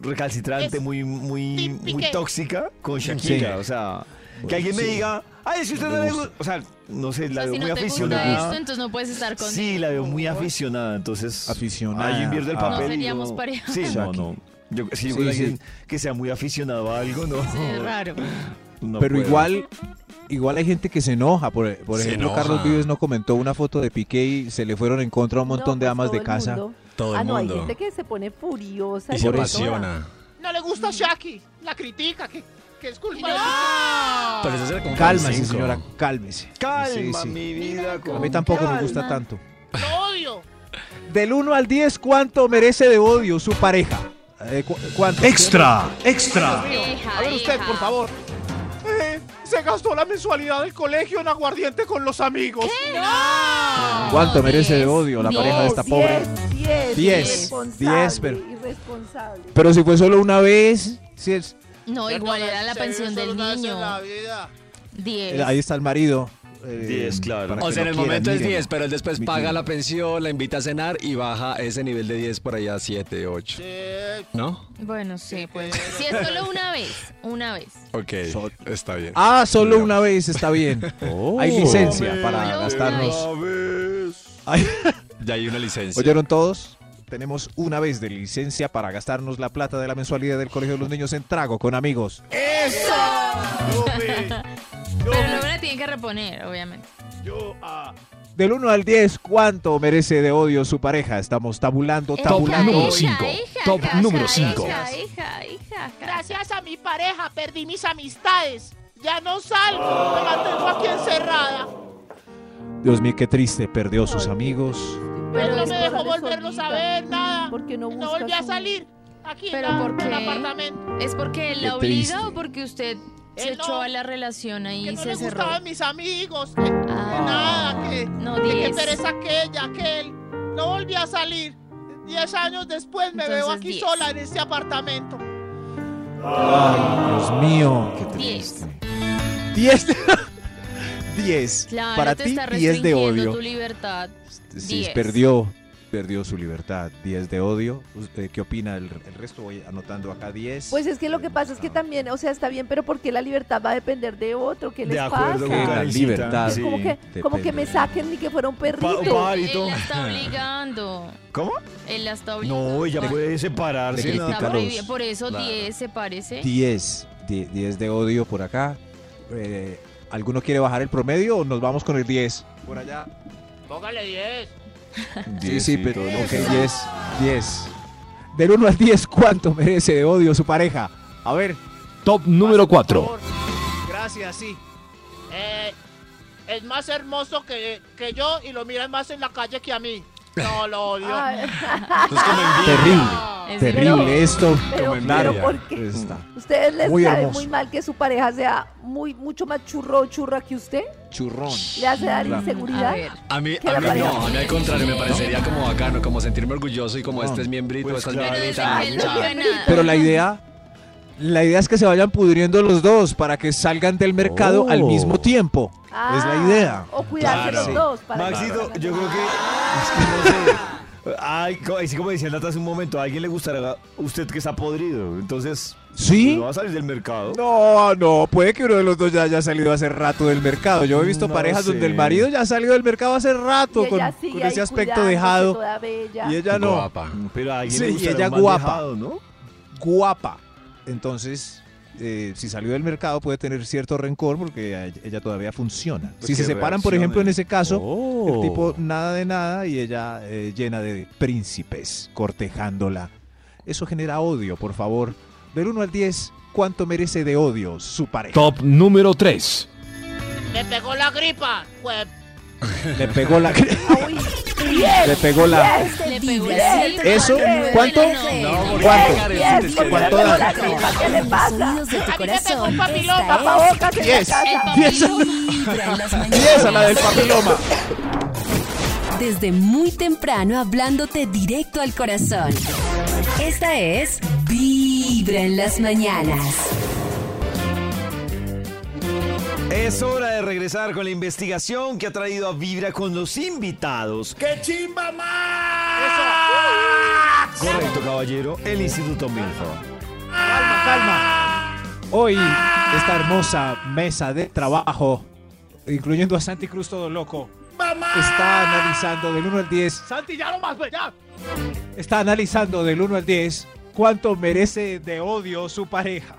Speaker 2: recalcitrante,
Speaker 8: Es
Speaker 2: muy, muy, muy
Speaker 8: típica.
Speaker 2: tóxica con Shakira.
Speaker 6: Sí.
Speaker 2: O sea, que alguien me diga, ay, es que usted no le gusta. O sea, no sé,
Speaker 4: O
Speaker 2: la
Speaker 4: sea,
Speaker 2: veo
Speaker 4: si
Speaker 2: muy
Speaker 4: no te gusta esto,
Speaker 2: aficionada.
Speaker 4: entonces no puedes estar conmigo.
Speaker 2: Sí, la veo muy aficionada, entonces.
Speaker 6: Aficionada.
Speaker 2: Ahí invierto el
Speaker 6: Ah.
Speaker 2: papel.
Speaker 4: No
Speaker 2: y
Speaker 4: seríamos
Speaker 2: yo-
Speaker 4: pareja.
Speaker 2: Sí, no,
Speaker 6: Shaki.
Speaker 2: no. Yo, si yo
Speaker 6: Sí,
Speaker 2: con
Speaker 6: sí.
Speaker 2: alguien que sea muy aficionado a algo, no.
Speaker 4: Es raro.
Speaker 2: no
Speaker 6: Pero
Speaker 2: puedo.
Speaker 6: igual, igual hay gente que se enoja. Por, por
Speaker 7: Se
Speaker 6: ejemplo,
Speaker 7: enoja.
Speaker 6: Carlos Vives no comentó una foto de Piqué y se le fueron en contra un montón de
Speaker 3: No, pues
Speaker 6: amas
Speaker 3: todo
Speaker 6: de
Speaker 3: el
Speaker 6: casa.
Speaker 3: mundo.
Speaker 7: Todo
Speaker 3: Ah,
Speaker 7: el
Speaker 3: no, hay
Speaker 7: mundo.
Speaker 3: gente que se pone furiosa.
Speaker 7: Y se
Speaker 3: por eso.
Speaker 7: apasiona.
Speaker 8: No le gusta a Shaki. La critica, que, que es culpa
Speaker 7: Pero eso será como
Speaker 6: Cálmese,
Speaker 7: cinco.
Speaker 6: señora, cálmese.
Speaker 2: Calma
Speaker 6: Sí, sí.
Speaker 2: mi vida.
Speaker 6: A mí tampoco me gusta tanto.
Speaker 8: de... Lo odio.
Speaker 5: Del 1 al 10, ¿cuánto merece de odio su pareja?
Speaker 6: Eh, cu- ¿Cuánto? ¡Extra! ¡Extra!
Speaker 4: Hija,
Speaker 5: A ver usted,
Speaker 4: hija.
Speaker 5: por favor. Eh, se gastó la mensualidad del colegio en aguardiente con los amigos.
Speaker 4: No.
Speaker 6: ¿Cuánto merece de
Speaker 4: Diez,
Speaker 6: odio la
Speaker 4: diez.
Speaker 3: Oh,
Speaker 6: pareja de esta pobre?
Speaker 3: 10,
Speaker 6: Diez,
Speaker 3: 10,
Speaker 6: diez,
Speaker 3: 10,
Speaker 6: pero-
Speaker 3: irresponsable.
Speaker 6: Pero si fue solo una vez, si es-
Speaker 4: No, igual era la pensión del niño.
Speaker 6: eh,
Speaker 4: 10.
Speaker 6: ahí está el marido. eh,
Speaker 2: Diez, claro.
Speaker 6: para
Speaker 7: O
Speaker 6: que
Speaker 7: sea, en
Speaker 6: lo
Speaker 7: el
Speaker 6: quieran,
Speaker 7: momento es
Speaker 6: miren.
Speaker 7: 10, pero él después
Speaker 6: Mi
Speaker 7: paga
Speaker 6: tío.
Speaker 7: la pensión, la invita a cenar y baja ese nivel de 10 por allá a 7, 8. ¿No?
Speaker 4: Bueno, sí, pues. Si es solo una vez, una vez.
Speaker 7: Ok, está bien.
Speaker 6: Ah, solo una vez está bien.
Speaker 7: Oh.
Speaker 6: Hay licencia para
Speaker 4: Solo
Speaker 6: gastarnos.
Speaker 4: una
Speaker 6: Ay,
Speaker 7: Ya hay una licencia.
Speaker 6: ¿Oyeron todos? Tenemos una vez de licencia para gastarnos la plata de la mensualidad del Colegio de los Niños en trago con amigos.
Speaker 4: Pero luego la tienen que reponer, obviamente.
Speaker 6: Del 1 al 10, ¿cuánto merece de odio su pareja? Estamos tabulando, tabulando.
Speaker 4: Hija, hija,
Speaker 7: cinco.
Speaker 4: hija,
Speaker 7: Top
Speaker 4: hija,
Speaker 7: número
Speaker 4: hija,
Speaker 7: cinco.
Speaker 4: hija, hija, hija, hija.
Speaker 8: Gracias a mi pareja perdí mis amistades. Ya no salgo, me mantengo aquí encerrada.
Speaker 6: Dios mío, qué triste, perdió sus amigos.
Speaker 8: Pero no
Speaker 3: las
Speaker 8: me
Speaker 3: cosas
Speaker 8: dejó
Speaker 3: les
Speaker 8: volverlos a
Speaker 3: olvidan,
Speaker 8: ver nada.
Speaker 3: Porque no
Speaker 8: No
Speaker 3: buscas
Speaker 8: volví a
Speaker 3: un-
Speaker 8: salir. Aquí en
Speaker 4: Pero
Speaker 8: la-
Speaker 4: ¿por
Speaker 8: en el
Speaker 4: qué?
Speaker 8: apartamento.
Speaker 4: ¿Es porque él
Speaker 6: Qué
Speaker 4: la obliga
Speaker 6: triste.
Speaker 4: o porque usted se
Speaker 8: Él no.
Speaker 4: echó a la relación ahí
Speaker 8: Que
Speaker 4: y
Speaker 8: no
Speaker 4: se
Speaker 8: le
Speaker 4: cerró?
Speaker 8: gustaban mis amigos. Que
Speaker 4: Ah,
Speaker 8: nada, que,
Speaker 4: no,
Speaker 8: que qué
Speaker 4: 10.
Speaker 8: pereza aquella, aquel. No volví a salir. Diez años después me veo
Speaker 4: Entonces,
Speaker 8: aquí
Speaker 4: 10.
Speaker 8: sola en este apartamento.
Speaker 6: Ay, Dios mío, qué
Speaker 4: Diez.
Speaker 6: triste. 10. 10.
Speaker 4: Claro,
Speaker 6: Para
Speaker 4: te
Speaker 6: ti,
Speaker 4: está
Speaker 6: 10 de
Speaker 4: restringiendo
Speaker 6: odio.
Speaker 4: tu libertad.
Speaker 6: Sí,
Speaker 4: Diez.
Speaker 6: perdió, perdió su libertad. 10 de odio. ¿Usted ¿Qué opina el, el resto? Voy anotando acá 10.
Speaker 3: Pues es que lo que pasa es que también, o sea, está bien, pero porque la libertad va a depender de otro? ¿Qué les pasa?
Speaker 6: con la
Speaker 2: Karencita.
Speaker 6: libertad.
Speaker 3: Es como que, como que me
Speaker 6: depende.
Speaker 3: saquen ni que fuera un
Speaker 6: Oh,
Speaker 3: perrito.
Speaker 2: Pa- pa-
Speaker 4: Él
Speaker 2: Parito.
Speaker 4: la está obligando.
Speaker 2: ¿Cómo?
Speaker 4: Él la está obligando.
Speaker 2: No, ella puede
Speaker 6: Sí,
Speaker 2: separarse.
Speaker 6: no.
Speaker 4: Está
Speaker 6: Critícalos.
Speaker 4: prohibido. Por eso
Speaker 7: Claro.
Speaker 4: 10 se parece.
Speaker 6: 10. die- 10 de odio por acá. Eh, ¿Alguno quiere bajar el promedio o nos vamos con el 10? Por allá.
Speaker 8: Póngale diez.
Speaker 6: Sí, sí, pero
Speaker 2: todo
Speaker 6: ok,
Speaker 2: lo que-
Speaker 6: 10. 10. Del 1 al 10, ¿cuánto merece de odio su pareja? A ver.
Speaker 10: Top número
Speaker 8: Por
Speaker 10: 4.
Speaker 8: favor.
Speaker 6: Gracias, sí.
Speaker 8: Eh, es más hermoso que, que yo y lo miran más en la calle que a mí. No, lo odio.
Speaker 3: Ay,
Speaker 6: Terrible.
Speaker 4: Es
Speaker 6: Terrible
Speaker 4: verdad.
Speaker 6: esto.
Speaker 3: pero,
Speaker 6: Claro.
Speaker 3: pero ¿por qué?
Speaker 6: Pues está.
Speaker 3: ¿Ustedes les
Speaker 6: Muy
Speaker 3: sabe
Speaker 6: hermoso.
Speaker 3: muy mal que su pareja sea muy mucho más churro o churra que usted?
Speaker 6: Churrón.
Speaker 3: ¿Le hace dar
Speaker 6: Claro.
Speaker 4: A
Speaker 3: inseguridad?
Speaker 4: ver.
Speaker 7: A mí,
Speaker 3: ¿Qué
Speaker 7: a
Speaker 3: le
Speaker 7: mí
Speaker 3: parece?
Speaker 7: no, a mí al contrario, me parecería como bacano, como sentirme orgulloso y como
Speaker 6: No,
Speaker 7: este es miembrito,
Speaker 2: pues
Speaker 7: esta es mi
Speaker 2: claro.
Speaker 4: Pero desde
Speaker 7: varita,
Speaker 4: que él no
Speaker 7: chao.
Speaker 4: haga nada.
Speaker 6: Pero la idea, la idea es que se vayan pudriendo los dos para que salgan del mercado
Speaker 10: Oh.
Speaker 6: al mismo tiempo.
Speaker 3: Ah,
Speaker 6: es la idea.
Speaker 3: O cuidarse
Speaker 2: Claro.
Speaker 3: los dos. Para que
Speaker 2: Maxito,
Speaker 3: no
Speaker 2: yo creo que. es que no sé. Ay, co- así como decía Nata hace un momento, a alguien le gustará usted que está podrido. Entonces,
Speaker 6: ¿Sí?
Speaker 2: no va a salir del mercado.
Speaker 6: No, no, puede que uno de los dos ya haya salido hace rato del mercado. Yo he visto
Speaker 2: No
Speaker 6: parejas
Speaker 2: sé.
Speaker 6: donde el marido ya ha salido del mercado hace rato
Speaker 3: Y
Speaker 6: con,
Speaker 3: ella sigue
Speaker 6: con
Speaker 3: ahí
Speaker 6: ese aspecto
Speaker 3: cuidándose
Speaker 6: dejado.
Speaker 3: toda bella.
Speaker 6: Y ella no,
Speaker 7: Guapa.
Speaker 2: Pero a alguien
Speaker 6: Sí,
Speaker 2: le
Speaker 6: y
Speaker 2: gustará
Speaker 6: ella
Speaker 2: un man
Speaker 6: guapa.
Speaker 2: dejado, ¿no?
Speaker 6: guapa. Entonces, eh, si salió del mercado puede tener cierto rencor porque a- ella todavía funciona.
Speaker 2: Pues
Speaker 6: si se
Speaker 2: que
Speaker 6: separan, por ejemplo, en
Speaker 2: reaccione.
Speaker 6: ese caso,
Speaker 10: Oh.
Speaker 6: El tipo nada de nada y ella eh, llena de príncipes cortejándola. Eso genera odio, por favor. Del 1 al 10, ¿cuánto merece de odio su pareja?
Speaker 10: Top número 3.
Speaker 8: Me pegó la gripa. Pues,
Speaker 6: Le pegó la...
Speaker 3: Uy, diez,
Speaker 6: le pegó la...
Speaker 3: diez,
Speaker 4: Le pegó
Speaker 3: diez,
Speaker 4: el
Speaker 3: diez,
Speaker 6: ¿Eso?
Speaker 3: diez,
Speaker 6: ¿Cuánto?
Speaker 4: No,
Speaker 7: porque
Speaker 6: ¿Cuánto?
Speaker 7: Karencita
Speaker 3: diez,
Speaker 7: es
Speaker 3: porque
Speaker 6: ¿Cuánto
Speaker 3: le
Speaker 6: da?
Speaker 3: pegó la gripa, ¿Qué le pasa?
Speaker 9: Sonidos de tu
Speaker 8: a mí me pegó
Speaker 9: corazón.
Speaker 8: un papilota.
Speaker 3: Tapabocas en la
Speaker 6: Diez.
Speaker 3: casa.
Speaker 6: Diez a-
Speaker 9: Vibra en las mañanas.
Speaker 6: diez a la del papiloma.
Speaker 1: Desde muy temprano hablándote directo al corazón. Esta es Vibra en las mañanas.
Speaker 2: Es hora de regresar con la investigación que ha traído a Vibra con los invitados. ¡Qué chimba más! Correcto, caballero. El Instituto Milford.
Speaker 6: Calma, calma. Hoy, esta hermosa mesa de trabajo, incluyendo a Santi Cruz todo loco, está analizando del 1 al 10
Speaker 8: Santi, ya no más, pues, ya.
Speaker 6: está analizando del 1 al 10 cuánto merece de odio su pareja.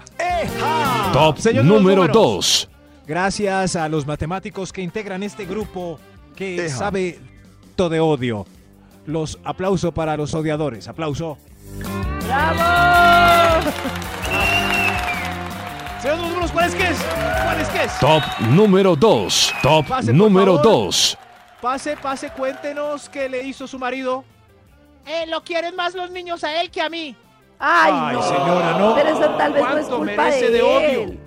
Speaker 10: Top
Speaker 6: Ah, Señor de los
Speaker 10: número
Speaker 6: números.
Speaker 10: 2.
Speaker 6: Gracias a los matemáticos que integran este grupo que
Speaker 2: Eja.
Speaker 6: sabe todo de odio. Los aplauso para los odiadores. Aplauso. ¡Bravo! Señor de los números, ¿cuál es que es? ¿Cuál es que es?
Speaker 10: Top número 2. Top
Speaker 6: Pase, por
Speaker 10: número
Speaker 6: favor.
Speaker 10: 2.
Speaker 6: Pase, pase, cuéntenos qué le hizo su marido.
Speaker 8: eh, lo quieren más los niños a él que a mí.
Speaker 3: Ay, no.
Speaker 11: señora, no.
Speaker 3: Pero eso tal vez no es
Speaker 12: ¿Cuánto
Speaker 3: culpa
Speaker 12: merece
Speaker 3: de,
Speaker 12: de odio?
Speaker 3: él.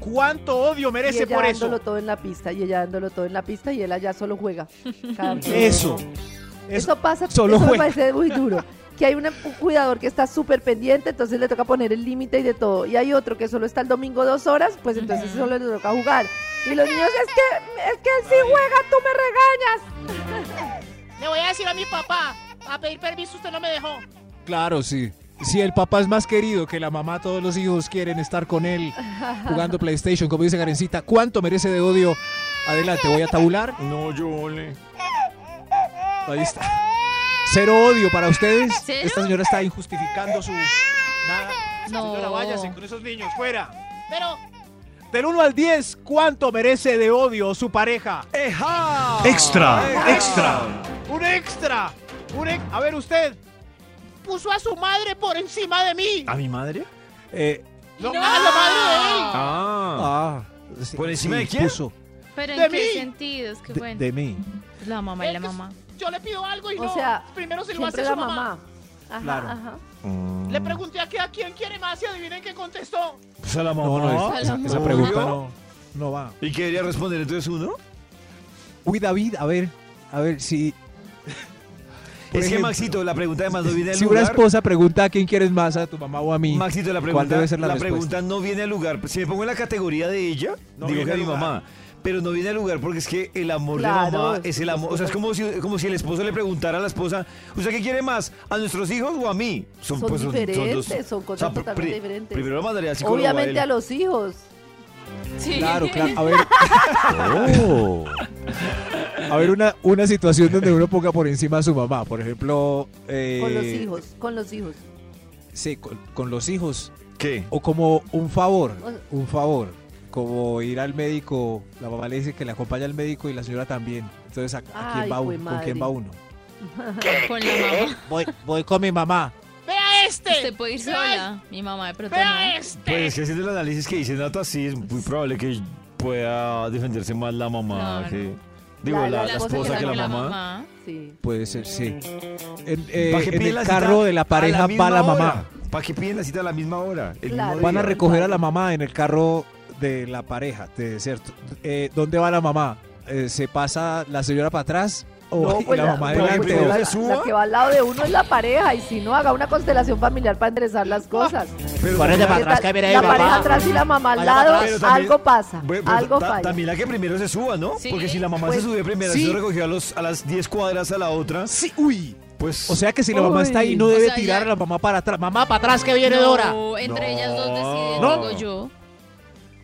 Speaker 12: ¿Cuánto odio
Speaker 3: y
Speaker 12: merece
Speaker 3: ella
Speaker 12: por
Speaker 3: dándolo
Speaker 12: eso?
Speaker 3: todo en la pista, y ella dándolo todo en la pista, y él allá solo juega. Cada uno.
Speaker 12: Eso.
Speaker 3: Eso pasa,
Speaker 12: solo
Speaker 3: eso me
Speaker 12: juega.
Speaker 3: parece muy duro. Que hay un, un cuidador que está súper pendiente, entonces le toca poner el límite y de todo. Y hay otro que solo está el domingo dos horas, pues entonces solo le toca jugar. Y los niños, es que, es que él sí juega, tú me
Speaker 8: Le voy a decir a mi papá, a pedir permiso usted no me dejó.
Speaker 6: Claro, sí. Si el papá es más querido que la mamá, todos los hijos quieren estar con él jugando PlayStation, como dice Karencita. ¿Cuánto merece de odio? Adelante, voy a tabular. No, yo Ahí está. Cero odio para ustedes.
Speaker 4: ¿Cero?
Speaker 6: Esta señora está injustificando su.
Speaker 4: No.
Speaker 12: Señora, váyase con esos niños, fuera.
Speaker 8: Pero
Speaker 12: Del 1 al 10, ¿cuánto merece de odio su pareja? ¡Eja!
Speaker 7: Extra, extra.
Speaker 12: ¡Un extra! Un ex- A ver, usted.
Speaker 8: puso a su madre por encima de mí.
Speaker 2: ¿A mi madre?
Speaker 6: Eh,
Speaker 8: No, a la madre
Speaker 2: Ah.
Speaker 6: sí,
Speaker 2: ¿Por encima
Speaker 6: sí,
Speaker 2: de quién?
Speaker 6: puso.
Speaker 4: Pero
Speaker 8: De
Speaker 4: en qué
Speaker 8: mí.
Speaker 4: sentido, es que
Speaker 6: De,
Speaker 4: bueno.
Speaker 6: de mí.
Speaker 4: La mamá y la
Speaker 8: Es que
Speaker 4: mamá.
Speaker 8: Yo le pido algo y
Speaker 3: O
Speaker 8: no.
Speaker 3: sea,
Speaker 8: Primero se
Speaker 3: regañas!
Speaker 8: lo hace
Speaker 3: Siempre
Speaker 8: su
Speaker 3: la
Speaker 8: mamá.
Speaker 3: mamá. Ajá,
Speaker 6: Claro.
Speaker 3: ajá.
Speaker 8: Le pregunté a, qué- a quién quiere más y adivinen qué contestó.
Speaker 2: Pues a la mamá.
Speaker 6: No, no, es-
Speaker 4: A la
Speaker 6: esa,
Speaker 4: mamá.
Speaker 6: esa pregunta no, no va.
Speaker 2: ¿Y qué debería responder entonces uno?
Speaker 6: Uy, David, a ver, a ver, si, Por
Speaker 2: es que
Speaker 6: ejemplo,
Speaker 2: Maxito, la pregunta además no viene al
Speaker 6: si una
Speaker 2: lugar.
Speaker 6: esposa pregunta a quién quieres más, a tu mamá o a mí,
Speaker 2: Maxito, la
Speaker 6: ¿cuál
Speaker 2: pregunta,
Speaker 6: debe ser la,
Speaker 2: la
Speaker 6: respuesta?
Speaker 2: pregunta no viene al lugar. Si me pongo en la categoría de ella,
Speaker 11: No viene
Speaker 2: digo que a
Speaker 11: al
Speaker 2: mi
Speaker 11: lugar.
Speaker 2: mamá. Pero no viene al lugar porque es que el amor de
Speaker 3: Claro,
Speaker 2: mamá
Speaker 3: es
Speaker 2: es
Speaker 3: que
Speaker 2: el
Speaker 3: las
Speaker 2: amor. O sea, es como si, como si el esposo le preguntara a la esposa, ¿usted qué quiere más? ¿A nuestros hijos o a mí?
Speaker 3: Son
Speaker 2: pues,
Speaker 3: diferentes,
Speaker 2: dos-
Speaker 3: son cosas
Speaker 2: pri-
Speaker 3: totalmente
Speaker 2: pri-
Speaker 3: diferentes.
Speaker 2: Primero la mandaría al psicólogo.
Speaker 3: Obviamente
Speaker 2: a
Speaker 3: a
Speaker 2: él.
Speaker 3: los hijos.
Speaker 4: Sí.
Speaker 6: Claro, claro, a ver,
Speaker 13: Oh.
Speaker 6: a ver una, una situación donde uno ponga por encima a su mamá, por ejemplo... eh,
Speaker 3: Con los hijos, con los hijos.
Speaker 6: Sí, con, con los hijos.
Speaker 2: ¿Qué?
Speaker 6: O como un favor,
Speaker 3: O-
Speaker 6: un favor. Como ir al médico, la mamá le dice que le acompaña al médico y la señora también. Entonces, ¿a, a
Speaker 3: Ay,
Speaker 6: quién va
Speaker 3: jue
Speaker 6: uno? ¿Con quién
Speaker 3: madre.
Speaker 6: va uno?
Speaker 4: Con la mamá.
Speaker 6: Voy, voy con mi mamá.
Speaker 8: ¡Vea este!
Speaker 4: Usted puede ir
Speaker 8: Vea
Speaker 4: sola. Mi mamá de pronto
Speaker 8: ¡Vea
Speaker 4: no.
Speaker 8: este!
Speaker 2: Pues es que haciendo el análisis que dice Nata, sí es muy probable que pueda defenderse más la mamá
Speaker 4: Claro.
Speaker 2: que... Digo,
Speaker 3: La-
Speaker 2: la,
Speaker 3: la
Speaker 2: la
Speaker 3: esposa
Speaker 2: esposa que la, mamá.
Speaker 3: Sí.
Speaker 6: Puede ser, sí.
Speaker 3: Mm.
Speaker 6: En, eh,
Speaker 2: ¿Para qué
Speaker 6: en
Speaker 2: piden
Speaker 6: el
Speaker 2: la
Speaker 6: carro
Speaker 2: cita
Speaker 6: de la
Speaker 2: a
Speaker 6: pareja
Speaker 2: misma
Speaker 6: va la
Speaker 2: hora?
Speaker 6: mamá.
Speaker 2: ¿Para qué piden la cita a la misma hora? El
Speaker 3: Claro.
Speaker 2: mismo
Speaker 6: Van a
Speaker 2: día.
Speaker 6: recoger a la mamá en el carro de la pareja, de ¿cierto? Eh, ¿Dónde va la mamá? Eh, ¿Se pasa la señora para atrás o
Speaker 3: No, pues
Speaker 6: Oh, la
Speaker 3: la,
Speaker 6: mamá
Speaker 3: no,
Speaker 6: adelante?
Speaker 3: pues
Speaker 2: o
Speaker 3: la-
Speaker 2: se
Speaker 3: la
Speaker 2: suba.
Speaker 3: que va al lado de uno es la pareja y si no haga una constelación familiar para enderezar las cosas.
Speaker 2: Pero,
Speaker 8: Ponete para
Speaker 3: ¿Qué
Speaker 8: atrás,
Speaker 3: tal?
Speaker 8: que mire ahí,
Speaker 3: la
Speaker 8: papá.
Speaker 3: pareja atrás y la mamá al
Speaker 8: Vaya para
Speaker 3: lado,
Speaker 8: atrás.
Speaker 2: Pero también-
Speaker 3: algo pasa,
Speaker 2: Bueno, pero
Speaker 3: algo
Speaker 2: pues, ta-
Speaker 3: falla.
Speaker 2: También la que primero se suba, ¿no?
Speaker 4: Sí.
Speaker 2: Porque si la mamá
Speaker 3: Pues,
Speaker 2: se subió primero,
Speaker 6: sí.
Speaker 2: se recogió a, los, a las 10 cuadras a la otra,
Speaker 6: Sí, uy.
Speaker 2: pues...
Speaker 6: O sea que si la mamá está ahí, no
Speaker 4: Uy.
Speaker 6: debe
Speaker 4: O sea, ya-
Speaker 6: tirar a la mamá para atrás. Mamá,
Speaker 8: Mamá, para atrás que viene Dora.
Speaker 4: No, entre ellas dos deciden,
Speaker 2: No.
Speaker 4: digo yo.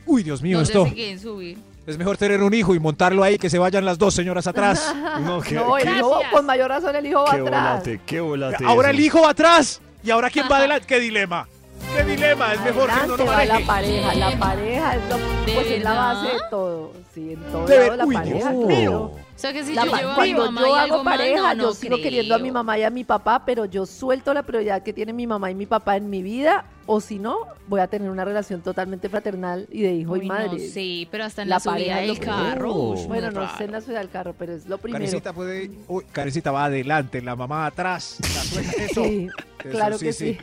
Speaker 6: uy, Dios mío,
Speaker 4: Donde
Speaker 6: esto.
Speaker 4: se quieren subir.
Speaker 6: Es mejor tener un hijo y montarlo ahí que se vayan las dos señoras atrás.
Speaker 2: no, qué,
Speaker 3: no, el
Speaker 2: qué,
Speaker 3: hijo,
Speaker 8: Gracias.
Speaker 3: con mayor razón el hijo va
Speaker 2: qué
Speaker 3: atrás.
Speaker 2: volate, qué volate.
Speaker 11: Ahora el
Speaker 2: eso.
Speaker 11: hijo va atrás. ¿Y ahora quién va adelante? ¡Qué dilema! ¡Qué dilema! Es mejor que uno
Speaker 3: Adelante
Speaker 11: no
Speaker 3: va
Speaker 11: maneje.
Speaker 3: la pareja, la pareja es, lo,
Speaker 4: ¿De
Speaker 3: pues es la
Speaker 4: verdad?
Speaker 3: base de todo. Sí, en todo
Speaker 11: De ver-
Speaker 3: lado la
Speaker 11: Uy,
Speaker 3: pareja,
Speaker 11: Dios.
Speaker 3: claro.
Speaker 4: O sea que si
Speaker 3: La
Speaker 4: yo
Speaker 3: pa-
Speaker 4: llevo a mi
Speaker 3: cuando
Speaker 4: mamá
Speaker 3: yo
Speaker 4: y
Speaker 3: hago
Speaker 4: algo más,
Speaker 3: pareja,
Speaker 4: no,
Speaker 3: yo
Speaker 4: no
Speaker 3: sigo queriendo a mi
Speaker 4: creo.
Speaker 3: mamá y a mi papá, pero yo suelto la prioridad que tienen mi mamá y mi papá en mi vida, o si no, voy a tener una relación totalmente fraternal y de hijo
Speaker 4: Uy,
Speaker 3: y
Speaker 4: no
Speaker 3: madre.
Speaker 4: sé, pero hasta en
Speaker 3: La
Speaker 4: la, subida
Speaker 3: pareja es lo
Speaker 4: del carro.
Speaker 6: primero.
Speaker 4: uy,
Speaker 3: Bueno,
Speaker 4: muy
Speaker 3: no sé en
Speaker 4: raro.
Speaker 3: la ciudad del carro, pero es lo primero.
Speaker 6: Carecita puede. Uy, Carecita va adelante, la mamá atrás. La suegra- eso.
Speaker 3: Sí,
Speaker 6: Eso
Speaker 3: claro
Speaker 6: sí,
Speaker 3: que
Speaker 6: sí.
Speaker 3: sí.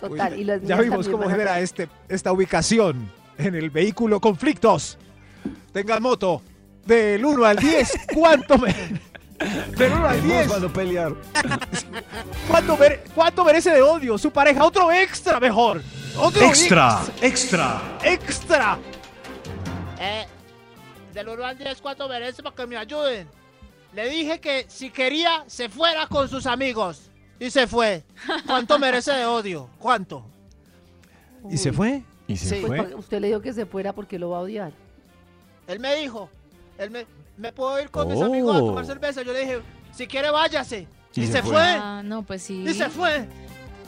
Speaker 3: Total.
Speaker 6: Uy,
Speaker 3: y las
Speaker 6: ya
Speaker 3: niñas
Speaker 6: vimos
Speaker 3: también
Speaker 6: cómo
Speaker 3: van
Speaker 6: genera
Speaker 3: atrás.
Speaker 6: este, esta ubicación en el vehículo conflictos. Tengan moto del 1 al 10. ¿Cuánto me... Del 1 al 10.
Speaker 2: Hermoso cuando pelear.
Speaker 11: ¿Cuánto, mere- cuánto merece de odio su pareja? Otro extra mejor. Otro
Speaker 7: Extra, extra.
Speaker 11: ex- extra.
Speaker 8: Eh, del 1 al 10, ¿cuánto merece para que me ayuden? Le dije que si quería, se fuera con sus amigos. Y se fue. ¿Cuánto merece de odio? ¿Cuánto?
Speaker 6: ¿Y se fue?
Speaker 2: ¿Y
Speaker 8: se Sí.
Speaker 3: Pues,
Speaker 6: ¿eh?
Speaker 3: porque usted le dijo que se fuera porque lo va a odiar.
Speaker 8: Él me dijo, él me, me puedo ir con mis
Speaker 13: Oh.
Speaker 8: amigos a tomar cerveza. Yo le dije, si quiere, váyase.
Speaker 2: Y
Speaker 8: Y,
Speaker 2: se
Speaker 8: se,
Speaker 2: fue.
Speaker 8: fue.
Speaker 4: Ah, no, pues sí.
Speaker 8: Y se fue.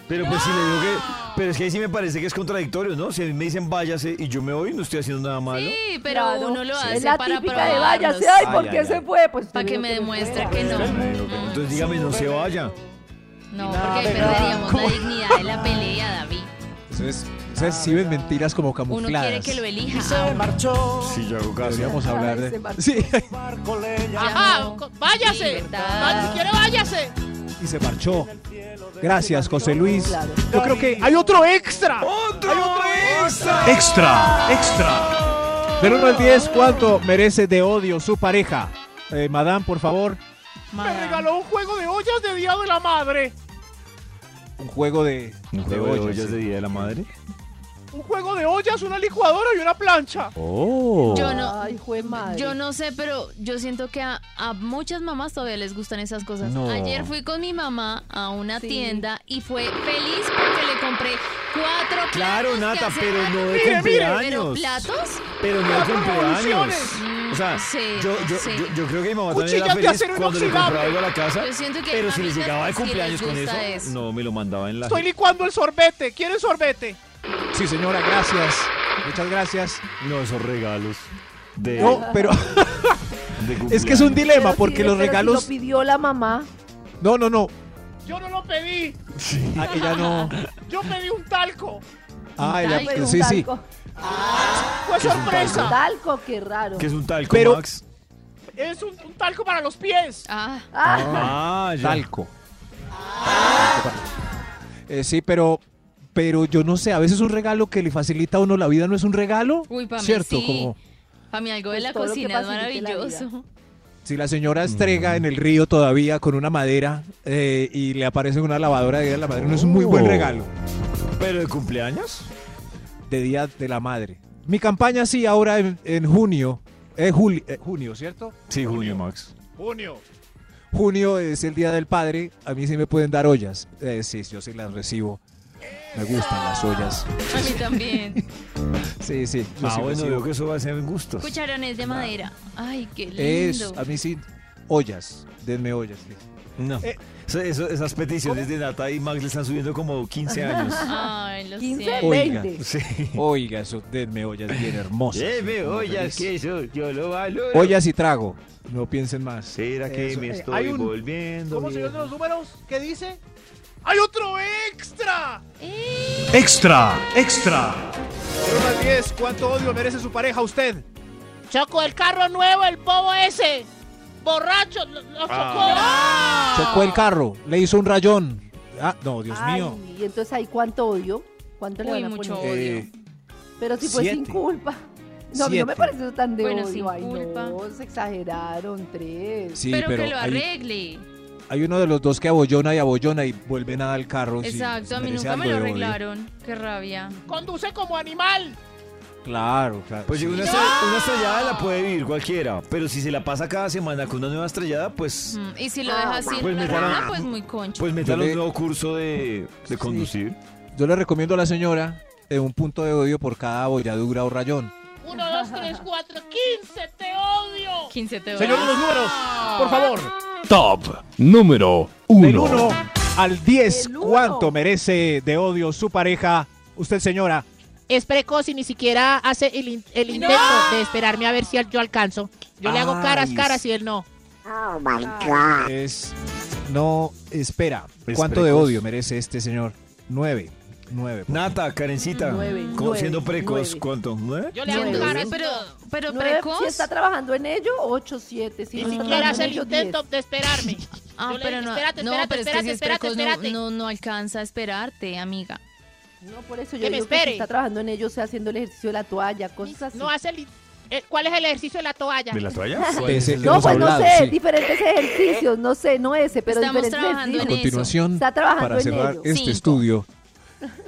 Speaker 2: Pero pues sí le digo que... Pero es que ahí sí me parece que es contradictorio, ¿no? Si a mí me dicen váyase y yo me voy, no estoy haciendo nada malo.
Speaker 4: Sí, pero
Speaker 3: Claro.
Speaker 4: uno lo
Speaker 3: Sí.
Speaker 4: hace
Speaker 3: Es la
Speaker 4: para
Speaker 3: típica
Speaker 4: probarnos.
Speaker 3: de váyase, ay,
Speaker 2: Ay,
Speaker 3: ¿por
Speaker 2: ay,
Speaker 3: qué
Speaker 2: ay.
Speaker 3: se fue? Pues
Speaker 4: Pa'
Speaker 3: usted
Speaker 4: que
Speaker 3: dijo
Speaker 4: me
Speaker 3: se
Speaker 4: demuestre
Speaker 3: fuera.
Speaker 4: que no. Mm,
Speaker 2: Entonces dígame, no se vaya.
Speaker 4: No, porque ahí perderíamos la dignidad de la pelea, David.
Speaker 6: Entonces, si ven mentiras como
Speaker 4: Uno
Speaker 6: camufladas.
Speaker 4: quiere que lo elija.
Speaker 2: Sí, yo hago caso.
Speaker 6: Deberíamos hablar
Speaker 3: Ay, se
Speaker 6: de...
Speaker 3: marchó.
Speaker 6: Sí.
Speaker 4: Ya
Speaker 8: Ajá,
Speaker 4: no.
Speaker 8: co- váyase.
Speaker 4: Libertad.
Speaker 8: Va- si quiere, váyase.
Speaker 6: y se marchó. Gracias, José Luis.
Speaker 8: Claro.
Speaker 6: Yo creo que hay otro extra.
Speaker 8: ¡Otro!
Speaker 6: extra! Extra, extra. Del 1 al 10, ¿cuánto merece de odio su pareja? Eh, Madame, por favor,
Speaker 14: Me
Speaker 4: Ah.
Speaker 14: regaló un juego de ollas de Día de la Madre.
Speaker 6: un juego de,
Speaker 2: ¿Un juego de ollas
Speaker 6: de Día de la Madre?
Speaker 14: Un juego de ollas, una licuadora y una plancha.
Speaker 15: Oh.
Speaker 4: Yo no,
Speaker 3: Ay, jue madre.
Speaker 4: yo no sé, pero yo siento que a, a muchas mamás todavía les gustan esas cosas.
Speaker 15: No.
Speaker 4: Ayer fui con mi mamá a una tienda y fue feliz porque le compré cuatro platos.
Speaker 2: Claro,
Speaker 4: que
Speaker 2: Nata,
Speaker 4: hace
Speaker 2: pero no de
Speaker 4: rato- ¿Pero
Speaker 2: cumpleaños.
Speaker 4: platos?
Speaker 2: Pero no hay
Speaker 4: Cuatro
Speaker 2: cumpleaños.
Speaker 4: revoluciones.
Speaker 2: O sea,
Speaker 4: Sí,
Speaker 2: yo, yo,
Speaker 4: sí.
Speaker 2: yo, yo creo que mi mamá también era
Speaker 4: Cuchillas de
Speaker 2: feliz
Speaker 4: acero
Speaker 2: cuando le compraba
Speaker 4: inoxidable.
Speaker 2: algo a la casa.
Speaker 4: Yo siento que
Speaker 2: pero
Speaker 4: a
Speaker 2: si le
Speaker 4: mí
Speaker 2: llegaba de
Speaker 4: sí les
Speaker 2: cumpleaños con eso,
Speaker 4: gusta eso.
Speaker 2: no me lo mandaba en la.
Speaker 14: Estoy licuando el sorbete. ¿Quieren sorbete?
Speaker 6: Sí, señora, gracias. Muchas gracias.
Speaker 2: No, esos regalos. De,
Speaker 6: No, pero
Speaker 2: de
Speaker 6: es que es un
Speaker 2: cumpleaños.
Speaker 6: dilema
Speaker 3: Pero
Speaker 6: porque
Speaker 3: sí,
Speaker 6: los
Speaker 3: pero si
Speaker 6: regalos.
Speaker 3: lo pidió la mamá.
Speaker 6: No, no, no.
Speaker 14: Yo no lo pedí.
Speaker 6: Ah, ella no.
Speaker 14: Yo pedí un talco.
Speaker 6: Ah,
Speaker 3: Yo
Speaker 6: ella-
Speaker 3: pedí un
Speaker 6: sí, sí.
Speaker 3: talco.
Speaker 14: Fue
Speaker 2: ¿Qué es un
Speaker 14: sorpresa.
Speaker 3: Talco, qué raro.
Speaker 2: ¿Qué es un talco,
Speaker 6: Pero-
Speaker 2: Max?
Speaker 14: Es un, un talco para los pies.
Speaker 4: Ah,
Speaker 3: Ah,
Speaker 2: Ah, ya.
Speaker 6: Talco. Eh, sí, pero, pero yo no sé, a veces un regalo que le facilita a uno la vida no es un regalo.
Speaker 4: Uy, para mí
Speaker 6: Cierto,
Speaker 4: sí.
Speaker 6: como
Speaker 4: Para mí algo de
Speaker 3: Pues
Speaker 4: la
Speaker 3: todo lo que
Speaker 4: cocina es
Speaker 3: facilite la vida.
Speaker 4: maravilloso.
Speaker 6: si la señora estrega en el río todavía con una madera eh, y le aparece una lavadora de día de la madre, no es un muy buen
Speaker 2: Oh.
Speaker 6: regalo
Speaker 2: ¿Pero de cumpleaños?
Speaker 6: de día de la madre. Mi campaña sí, ahora en, en junio, eh, juli- eh, junio, ¿cierto?
Speaker 2: Sí, Julio, Max.
Speaker 14: Junio.
Speaker 6: Junio es el día del padre, a mí sí me pueden dar ollas. Eh, sí, yo sí las recibo. Me gustan las ollas.
Speaker 4: A mí también.
Speaker 6: Sí, sí. yo
Speaker 2: ah,
Speaker 6: sí
Speaker 2: bueno,
Speaker 6: recibo.
Speaker 2: veo que eso va a ser en gustos.
Speaker 4: Cucharones de madera. Ay, qué lindo.
Speaker 6: Es, a mí sí, ollas. Denme ollas. sí.
Speaker 2: No.
Speaker 4: Eh.
Speaker 2: Eso- eso- esas peticiones de Nata y Max le están subiendo como 15 años.
Speaker 4: Ay, lo
Speaker 3: 15,
Speaker 4: siento.
Speaker 6: Oiga.
Speaker 3: 20.
Speaker 2: Sí.
Speaker 6: Oiga, eso, denme ollas bien hermosas.
Speaker 2: Lleve ollas, que eso yo lo valoro.
Speaker 6: Ollas y trago. No piensen más.
Speaker 2: ¿Será que
Speaker 6: Eso,
Speaker 2: me
Speaker 6: eh,
Speaker 2: estoy
Speaker 14: hay un-
Speaker 2: volviendo?
Speaker 14: ¿Cómo se
Speaker 2: viejo?
Speaker 14: llaman los números? ¿Qué dice? ¡Hay otro extra!
Speaker 7: Extra, extra.
Speaker 14: Del 1 al 10, ¿cuánto odio merece su pareja a usted?
Speaker 8: Chocó el carro nuevo, el bobo ese. Borracho, lo, lo chocó.
Speaker 2: Ah.
Speaker 6: Chocó el carro, le hizo un rayón. Ah, no, Dios
Speaker 3: Ay,
Speaker 6: mío.
Speaker 3: Y entonces ahí cuánto odio. ¿Cuánto le
Speaker 4: Uy,
Speaker 3: van a
Speaker 4: mucho
Speaker 3: poner?
Speaker 4: odio.
Speaker 6: Eh,
Speaker 3: Pero si fue sin
Speaker 6: siete.
Speaker 3: culpa. No, a mí no me
Speaker 6: Siete.
Speaker 3: parece eso tan de
Speaker 4: Bueno,
Speaker 3: odio.
Speaker 4: sin
Speaker 3: Ay,
Speaker 4: culpa.
Speaker 3: no, se exageraron. Tres.
Speaker 6: Sí,
Speaker 4: pero,
Speaker 6: pero,
Speaker 4: que lo
Speaker 6: hay,
Speaker 4: arregle.
Speaker 6: hay uno de los dos que abollona y abollona y vuelve nada al carro. sí,
Speaker 4: Exacto, a mí
Speaker 6: merece
Speaker 4: nunca me
Speaker 6: algo
Speaker 4: lo
Speaker 6: de odio.
Speaker 4: arreglaron. Qué rabia.
Speaker 14: Conduce como animal.
Speaker 6: Claro, claro.
Speaker 2: Pues
Speaker 6: sí.
Speaker 2: llega una, estre- una estrellada la puede vivir cualquiera, pero si se la pasa cada semana con una nueva estrellada, pues,
Speaker 4: Mm, Y si
Speaker 8: Ah,
Speaker 4: lo dejas sin
Speaker 2: Pues me
Speaker 4: la rana,
Speaker 2: llaman-
Speaker 4: pues muy concho.
Speaker 2: pues métale
Speaker 6: le-
Speaker 2: un nuevo curso de, de conducir.
Speaker 6: Yo le recomiendo a la señora eh, un punto de odio por cada abolladura o rayón.
Speaker 8: 1, 2, 3, 4, 15, te odio.
Speaker 4: 15 te
Speaker 14: Señor de los números, por favor.
Speaker 7: Top número
Speaker 6: Del
Speaker 7: 1.
Speaker 6: 1 al 10,
Speaker 3: Del uno.
Speaker 6: ¿cuánto merece de odio su pareja? Usted, señora.
Speaker 8: Es precoz y ni siquiera hace el, in- el intento de esperarme a ver si al- yo alcanzo. Yo le hago
Speaker 6: Ay,
Speaker 8: caras,
Speaker 6: sí.
Speaker 8: caras y él no.
Speaker 6: Es. No, espera.
Speaker 2: Es
Speaker 6: ¿Cuánto de
Speaker 2: precoz.
Speaker 6: odio merece este señor? 9. 9.
Speaker 2: Nata, Karencita,
Speaker 3: Nueve,
Speaker 2: co-
Speaker 3: nueve,
Speaker 2: siendo precoz,
Speaker 3: nueve.
Speaker 2: ¿cuánto? ¿Nueve?
Speaker 8: Yo le
Speaker 4: Yo no
Speaker 8: hago
Speaker 3: Nueve.
Speaker 4: sé,
Speaker 8: caras,
Speaker 4: pero, pero
Speaker 3: Nueve, Si
Speaker 4: precoz.
Speaker 3: está trabajando en ello, ocho, siete. Si
Speaker 8: ni
Speaker 3: no está
Speaker 8: siquiera hace el
Speaker 3: trabajando en ello,
Speaker 8: intento de esperarme.
Speaker 4: Ah,
Speaker 8: Yo le
Speaker 4: pero
Speaker 8: dije,
Speaker 4: no,
Speaker 8: espérate,
Speaker 4: no,
Speaker 8: espérate,
Speaker 4: pero es que
Speaker 8: espérate,
Speaker 4: si es
Speaker 8: espérate,
Speaker 4: precoz, no-
Speaker 8: espérate.
Speaker 4: No, no alcanza a esperarte, amiga.
Speaker 3: diez. No, por eso yo
Speaker 8: Que me
Speaker 3: digo que si
Speaker 8: espere.
Speaker 3: está trabajando en ello, o sea, haciendo el ejercicio de la toalla, cosas así.
Speaker 8: No hace el. in- eh, ¿Cuál es el ejercicio de la toalla?
Speaker 2: ¿De la toalla?
Speaker 3: No, pues no sé, diferentes ejercicios, no sé, no ese, pero
Speaker 4: Estamos
Speaker 3: diferentes
Speaker 4: trabajando
Speaker 6: A
Speaker 4: en
Speaker 3: ejercicios.
Speaker 6: continuación,
Speaker 3: Está trabajando
Speaker 6: para
Speaker 3: en
Speaker 6: cerrar
Speaker 3: ello.
Speaker 6: este
Speaker 4: Cinco.
Speaker 6: estudio,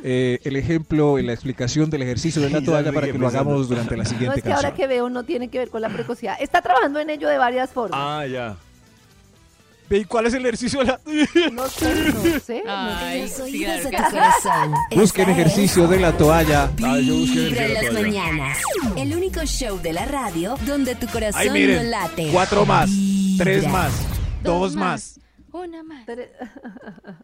Speaker 6: eh, el ejemplo y la explicación del ejercicio de la
Speaker 2: Ya
Speaker 6: toalla
Speaker 2: me
Speaker 6: para
Speaker 2: quedé
Speaker 6: que lo
Speaker 2: pensando.
Speaker 6: hagamos durante la
Speaker 3: No
Speaker 6: siguiente
Speaker 3: es que ahora
Speaker 6: canción.
Speaker 3: que veo no tiene que ver con la precocidad. Está trabajando en ello de varias formas.
Speaker 2: Ah, ya.
Speaker 6: ¿Y cuál es el ejercicio de la
Speaker 3: No sé, no sé. no sé.
Speaker 4: Ay,
Speaker 1: Los
Speaker 4: sí,
Speaker 1: oídos
Speaker 4: claro
Speaker 1: de
Speaker 4: que
Speaker 1: tu corazón.
Speaker 6: Busquen
Speaker 1: Esta
Speaker 6: ejercicio de la toalla.
Speaker 1: es
Speaker 2: Ah, yo busqué
Speaker 1: Vibra en
Speaker 2: el de la
Speaker 1: las
Speaker 2: toalla.
Speaker 1: mañanas. El único show de la radio donde tu corazón
Speaker 6: Ay,
Speaker 1: no
Speaker 6: miren.
Speaker 1: late.
Speaker 6: Cuatro más, tres
Speaker 1: Vibra.
Speaker 6: más, dos más.
Speaker 4: Una más.
Speaker 3: Tres-